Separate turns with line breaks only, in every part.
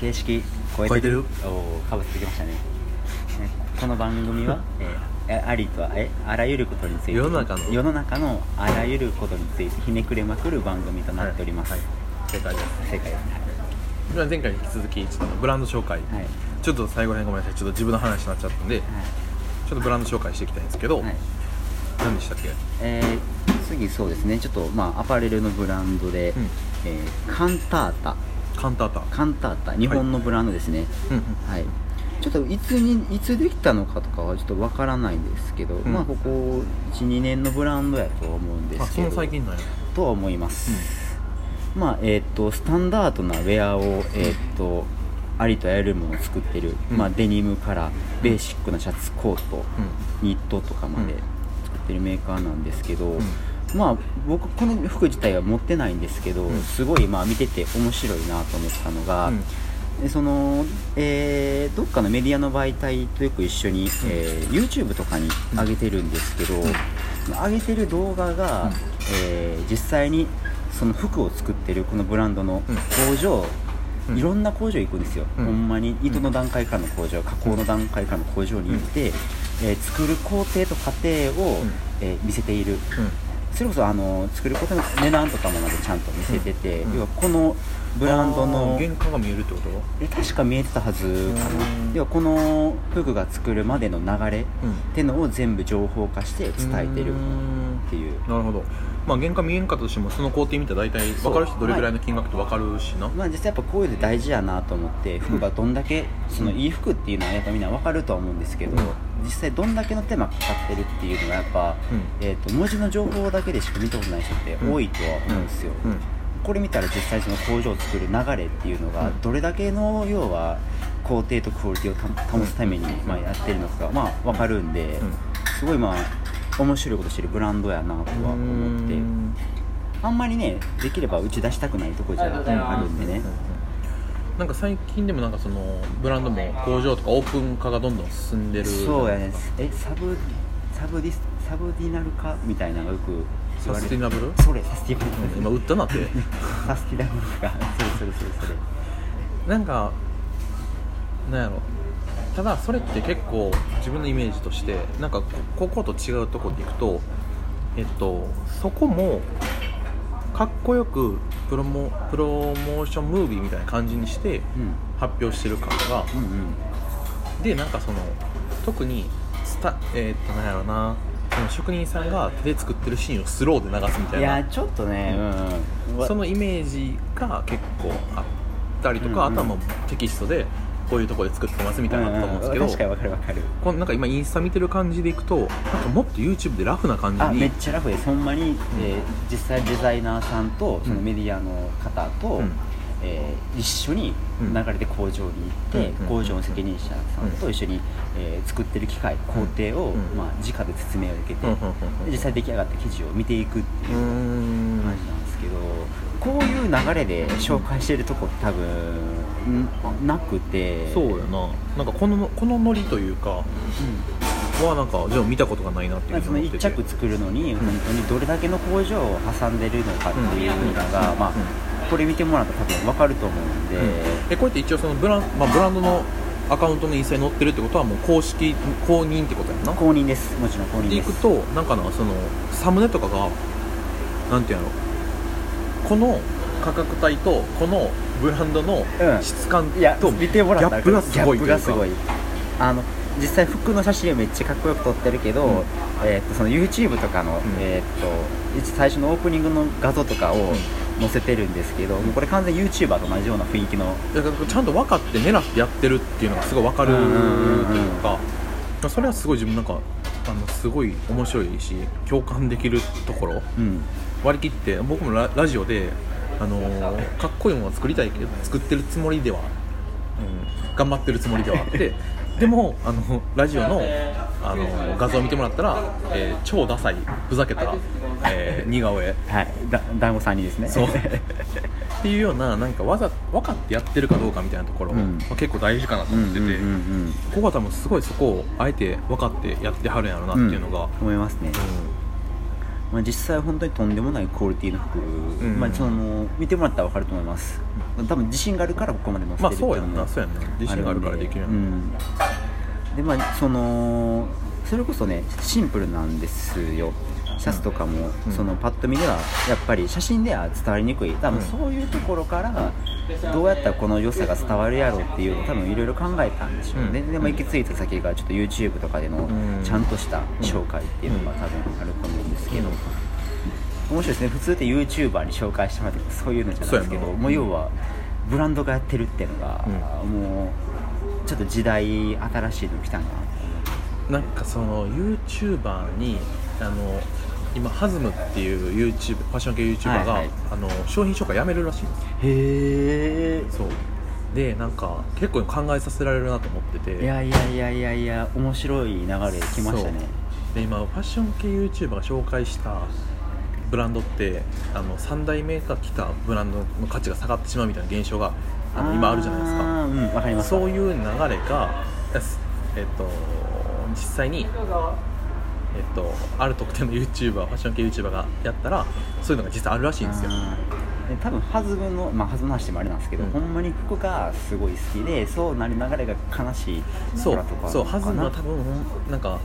形式超え
超
て
えてる
おおかぶってきましたねえこの番組 は、えーありとはえあらゆることについて
世の中の
世の中のあらゆることについてひねくれまくる番組となっております、
はい正解です
正解ですね
では前回に引き続きちょっとあのブランド紹介、
はいはい
ちょっと最後ら辺ごめんなさいちょっと自分の話になっちゃったんでちょっとブランド紹介していきたいんですけど、
はい、はい
何でしたっけ
えー次そうですねちょっとまあアパレルのブランドで、
うん
えーカンタータ
カンタータ
カンタータ日本のブランドですね、
うん
はい、ちょっといつにいつできたのかとかはちょっとわからないんですけど、
ん
まあここ12年のブランドやとは思うん
う
で
んあ
す
そ
けど
の最近なんや
とは思います、まあえっ、とスタンダードなウェアをえっ、とありとあらゆるものを作ってる、
うん
まあ、デニムからベーシックなシャツコート、ニットとかまで
うん
作ってるメーカーなんですけど、
うん
まあ僕この服自体は持ってないんですけど、
うん
すごいまあ見てて面白いなと思ったのが、
うん
でその、えーどっかのメディアの媒体とよく一緒に、えー YouTube とかに上げてるんですけど、上げてる動画が、
うん
えー実際にその服を作ってるこのブランドの
うん
工場、
うん
いろんな工場行くんですよ、
うん
ほんまに糸の段階からの工場加工の段階からの工場に行って、えー作る工程と過程を、
うん
えー見せている
うん
それこそあの作ることの値段とかもまでちゃんと見せてて、
うんうん
要はこのブランド
あ
の
ー原価が見えるってこと
え確か見えてたはずか
う
なん要はこの服が作るまでの流れってのを全部情報化して伝えてる
うーん
っていう
なるほどまあ原価見えんかとしてもその工程見たら大体
そう
分かる人どれぐらいの金額って分かるしな、
まあ実際やっぱこういうの大事やなと思って服がどんだけそのいい服っていうのはやっぱみんな分かるとは思うんですけど
うん
実際どんだけの手間かかってるっていうのがやっぱ、
うん
えー、と文字の情報だけでしか見たことない人って多いとは思うんですよ、
うん
これ見たら実際その工場を作る流れっていうのが
うん
どれだけの要は工程とクオリティを保保つためにまあやってるのかがまあ分かるんで
うん
すごいまあ面白いことしてるブランドやなとは思ってあんまりねできれば打ち出したくないとこじゃあるんでね
なんか最近でもなんかそのブランドも工場とかオープン化がどんどん進んでる
そうやねえサブサブディスサブディナル化みたいなのがよく言
サ
われ
スティ
る
ナブル
それサスティナ
うん
ブ
今
ル
売った なって
サスティナブル化それそれそれそれ
なんかなんやろただそれって結構自分のイメージとしてなんかこここと違うとこでいくとえっとそこもかっこよくプロモプロモーションムービーみたいな感じにして
うん
発表してる感が
うんうん
でなんかその特にスタえーっとなんやろなその職人さんが手で作ってるシーンをスローで流すみた
い
い
や
な
ちょっとねうんうん
そのイメージが結構あったりとか、
うんうん
あとはもうテキストでこういうところで作ってますみたいなのあったと思うんですけど、
うんうん確かにわかるわかる
このなんか今インスタ見てる感じでいくとなんかもっと YouTube でラフな感
あ
じ
め
に
っちゃラフですほんまに、えー実際デザイナーさんとその
うん
メディアの方と、
うん
えー一緒に
うん
流れて工場に行って、
うん
工場の責任者さんと一緒に、えー作ってる機械工程を、
うん
まあ、直で説明を受けて、
うんうん
で実際出来上がった記事を見ていくって
う
いうん感じなんですけど、こういう流れで紹介してるとこ多分んなくて
そうやななんかこのこのノリというか
うん
はなんかでも見たことがないなってい
ま
う
あ、
ふ
そうの
に思って
1
て
着作るのに本当にどれだけの工場を挟んでるのかっていうのが、
うん
まあ
うん、
これ見てもらうと多分分かると思うんで、
えこうやって一応そのブラン,、まあ、ブランドのアカウントのインスタに載ってるってことはもう公式公認ってことやんな
公認ですもちろん公認
で
で
いく
す
となんかなそのサムネとかがなんていうんやろこの価格帯とこのブランドの
うん
質感と
いや見てもらった
ギャ
ら
ップがすごい
ギャップ
という
がすご
か
いあの実際服の写真をめっちゃかっこよく撮ってるけど、
うん
えー、とその YouTube とかの、えー、と最初のオープニングの画像とかを載せてるんですけど、もうこれ完全 YouTuber と同じような雰囲気の
だからちゃんと分かって狙ってやってるっていうのがすごい分かる
う
と
んうんう
い
ん
うかそれはすごい自分なんかあのすごい面白いし共感できるところ
うん
割り切って僕もララジオで、あのーかっこいいものを作りたいけど作ってるつもりでは、うん、頑張ってるつもりではあって でもあのラジオの、あのー画像を見てもらったら、えー超ダサいふざけた、えー似顔絵
はいだ団子さんにですね
そうっていうようななんかわざ分かってやってるかどうかみたいなところ、
うん
まあ、結構大事かなと
うん
思って
うん
て、
うんうん
ここは多分すごいそこをあえて分かってやってはるんやろうなっていうのが、
思いますね、まあ、実際本当にとんでもないクオリティの服、
ん
まあ、その見てもらったら分かると思います多分自信があるからここまで載せ
ま
てる
あそうやんな
って
そ
いう
やんな自信があるからできるや
うんんでまあそのそれこそねシンプルなんですよシャツとかも、
うん
そのパッと見ではやっぱり写真では伝わりにくい多
う
分
ん
そういうところからどうやったらこの良さが伝わるやろうっていうのを多分いろいろ考えたんでしょうね、
うん
でまあ行き着いた先がちょっと YouTube とかでの
うん
ちゃんとした紹介っていうのが多分あると思うんですけど、面白いですね普通って YouTuber に紹介してもらってそういうのじゃないですけど
そうやな
もう要はブランドがやってるっていうのが、もうちょっと時代新しいの来たな
なんかその YouTuber にあの今ハズムっていう YouTube ファッション系 YouTuber が、
はいはい
あの商品紹介やめるらしいんですよ
へ
そうでなんか結構考えさせられるなと思ってて
いやいやいやいやいや面白い流れ来ましたね
で今ファッション系 YouTuber が紹介したブランドってあの3代目が来たブランドの価値が下がってしまうみたいな現象があの今あるじゃないですか
あーうんわかります
そういう流れが、えっえっと、実際に、えっと、ある特定の YouTuber ファッション系 YouTuber がやったらそういうのが実際あるらしいんですよ
あーで多分ハズムのまあハズムの話でもあれなんですけど、
うん
ほんまに服がすごい好きでそうなる流れが悲しい
そ
か
う
らとか
そうハズムは多分なんか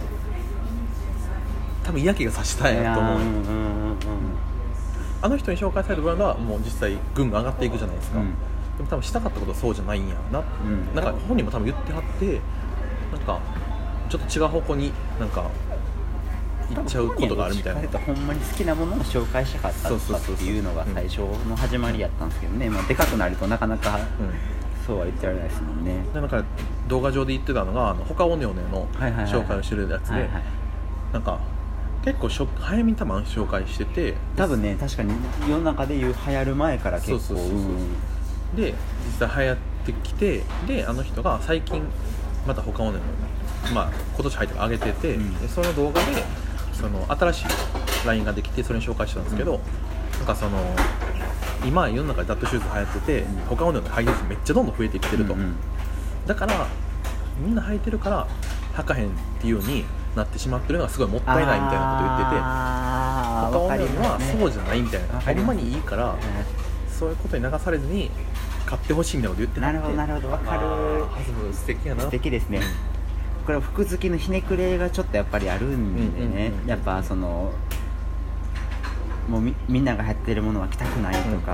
多分嫌気がさしたいなと思う
いやーうんうんうん
あの人に紹介されたブランドはもう実際ぐんぐん上がっていくじゃないですか、
うん
でも多分したかったことはそうじゃないんやな、
うん
なんか本人も多分言ってはってなんかちょっと違う方向になんか行っちゃうことがあるみたいな
多分本人もどっちかというとほんまに好きなものを紹介したかったと
そ
か
うそうそうそう
っていうのが最初の始まりやったんですけどね、まあ、でかくなるとなかなか
うん
そうは言ってられないですもんね
でなんか動画上で言ってたのがあの他オネオネの
はいはいはい
紹介をしてるやつ
はい
で
はい
なんか結構しょ早めに多分紹介してて
多分ね確かに世の中でいう流行る前から結構
そうそうそうそうで実際流行ってきてであの人が最近また他のねまあ今年入って上げてて、
うん
でその動画でその新しいラインができてそれに紹介してたんですけど、なんかその今世の中でダットシューズ流行ってて、
うん
他のね履いてる人めっちゃどんどん増えてきてると、
うんうん
だからみんな履いてるから履かへんっていうようになってしまってるのがすごいもったいないみたいな
あ
こ
ー
とを
わか
言って
り
て他
ま
の
す
ね
ね
はそうじゃないみたいな
わか
ほ
り
ん
ます
まにいいからそういうことに流されずに買ってほしいみたいなこと言って
なるほどなるほどわかる
ハズム素敵やな
素敵ですねこれは服好きのひねくれがちょっとやっぱりあるんでね、
うんうんうん
やっぱそのもうみみんなが流行ってるものは着たくないとか、
うんうんうん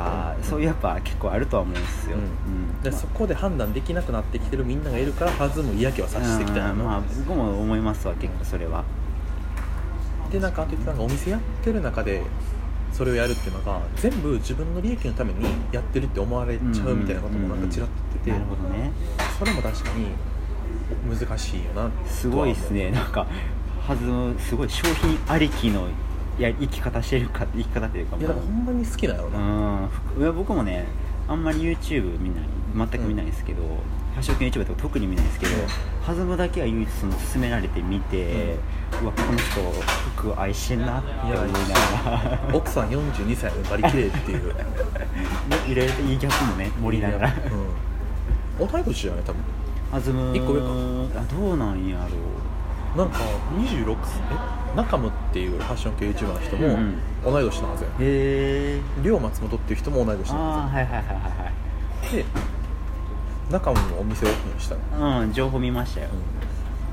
そういうやっぱ結構あるとは思うんですよ、
うん
うん
で
まあ
そこで判断できなくなってきてるみんながいるからハズム嫌気はさしてきた
う
よ
んまあ
な
僕も思いますわ結構それは
でなんかあと言ってなんかお店やってる中でそれをやるっていうのが全部自分の利益のためにやってるって思われちゃうみたいなこともなんかちらっと言
な
っ
るほ
てて
どね
それも確かに難しいよな
すごいですねなんかはずのすごい商品ありきのや生き方してるか生き方っていうか
いやだからほんまに好きなんやろな
うんふいや僕もねあんまり YouTube 見ない全く見ないんですけど、発色系 YouTube とか特に見ないんですけど弾むだけは唯一その勧められて見て、うわこの人服愛してんなって思いながら
奥さん42歳バリ綺麗っ ていう
いろいろといいギャップもね盛りながら
うん同い年じゃない多分
弾む
一個上か
あどうなんやろう
なんか26え中ムっていうファッション系 YouTuber の人
う
も
ん
同い年なはずや
へえ
龍松本っていう人も同い年な
あ
は
あはいはいはいはいはい
ずで中ムのお店をオープンしたの
うん、情報見ましたよ。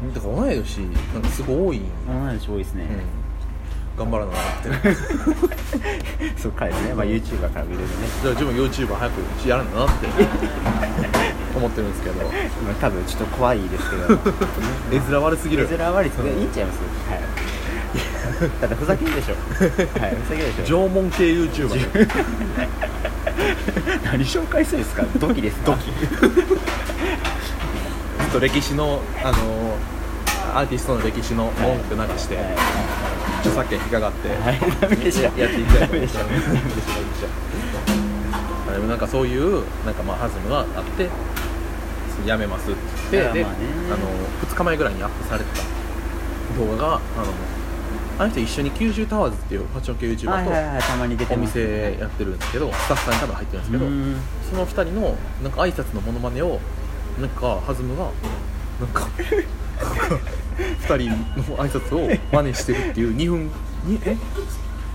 うんだから同い年なんかすごい多い、うん、
同じ多いですね。
頑張らなあかんっ てだか
そっからですね。まあ YouTuber から見れるね。
ら自分 YouTuber 早くやらんだなって思ってるんです けど
まあ多分ちょっと怖いですけ ど。
絵面悪すぎる
ずらわりそれいいんちゃいます。はい。ただふざけんでしょ。はい、ふざけんでしょ。
縄文系 YouTuber
何紹介するんですか。ドキですか。ドキ。
ずっと歴史のあのーアーティストの歴史の音楽流して、著作権引っかかって、
はい、ダメでしょ。
やっていきたい
ダメでしょ。
ダメでしょでもなんかそういうなんかまあハズムがあってやめますって
い
言
や
ってで、
まあね
あの2日前ぐらいにアップされてた動画があのあの人一緒に九州タワーズっていうファッション系
はいはい
YouTuber
はい、たまに出
と
て
お
ます。
店やってるんですけどスタッフさんに多分入ってるんですけど
うん
その2人のなんか挨拶のモノマネをなんかハズムがなんか2人の挨拶を真似してるっていう2分にえ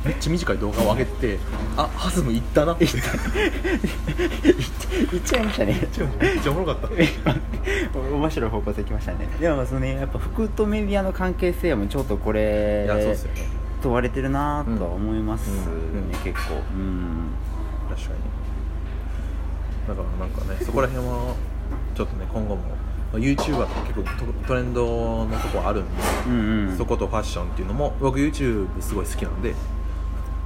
めっちゃ短い動画を上げててあハズム行ったなって言って
いっちゃいましたね
めっちゃおもろかった
面白い方向性きましたねでもそのねやっぱ服とメディアの関係性もちょっとこれ
いやそうっすよね
問われてるなとは思いますね、
うんうん
結構うん
確かにだからなんかねそこら辺はちょっとね今後も YouTuber って結構トトレンドのとこあるんで、
うんうん
そことファッションっていうのも僕 YouTube すごい好きなんで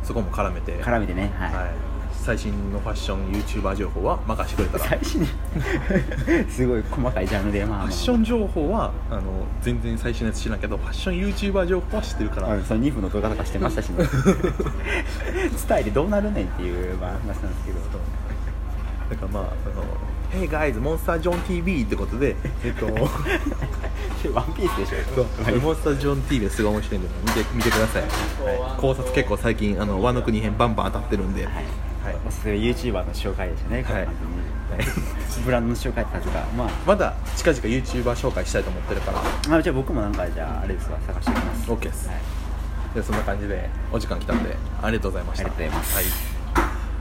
そこも絡めて
絡めてねはい、
はい、最新のファッション YouTuber 情報は任せてくれた
最
ら
新すごい細かいジャンルでまあ、ま
フ
あ、
ァッション情報はあの全然最新のやつ知らんけどファッション YouTuber 情報は知ってるから、
うんその2分の動画とかしてましたし ね伝えてどうなるねんっていう、まあ、話なんですけど
だからまああの「Hey guys モンスタージョン TV」ってこ とでえっと
ワンピースでしょ
モンスタージョン TV はすごい面白いんで見て見てください、考察結構最近あの和の国編バンバン当たってるんで、
はい
はい
おすすめ YouTuber の紹介でしたね、
はい
この番組ブランドの紹介ってやつがま
まだ近々 YouTuber 紹介したいと思ってるから
ああじゃあ僕もなんかじゃああれですわ探してきます
OK です
はい
でそんな感じでお時間来たんでありがとうございま
あ
し
り
た
がとうございます、
はい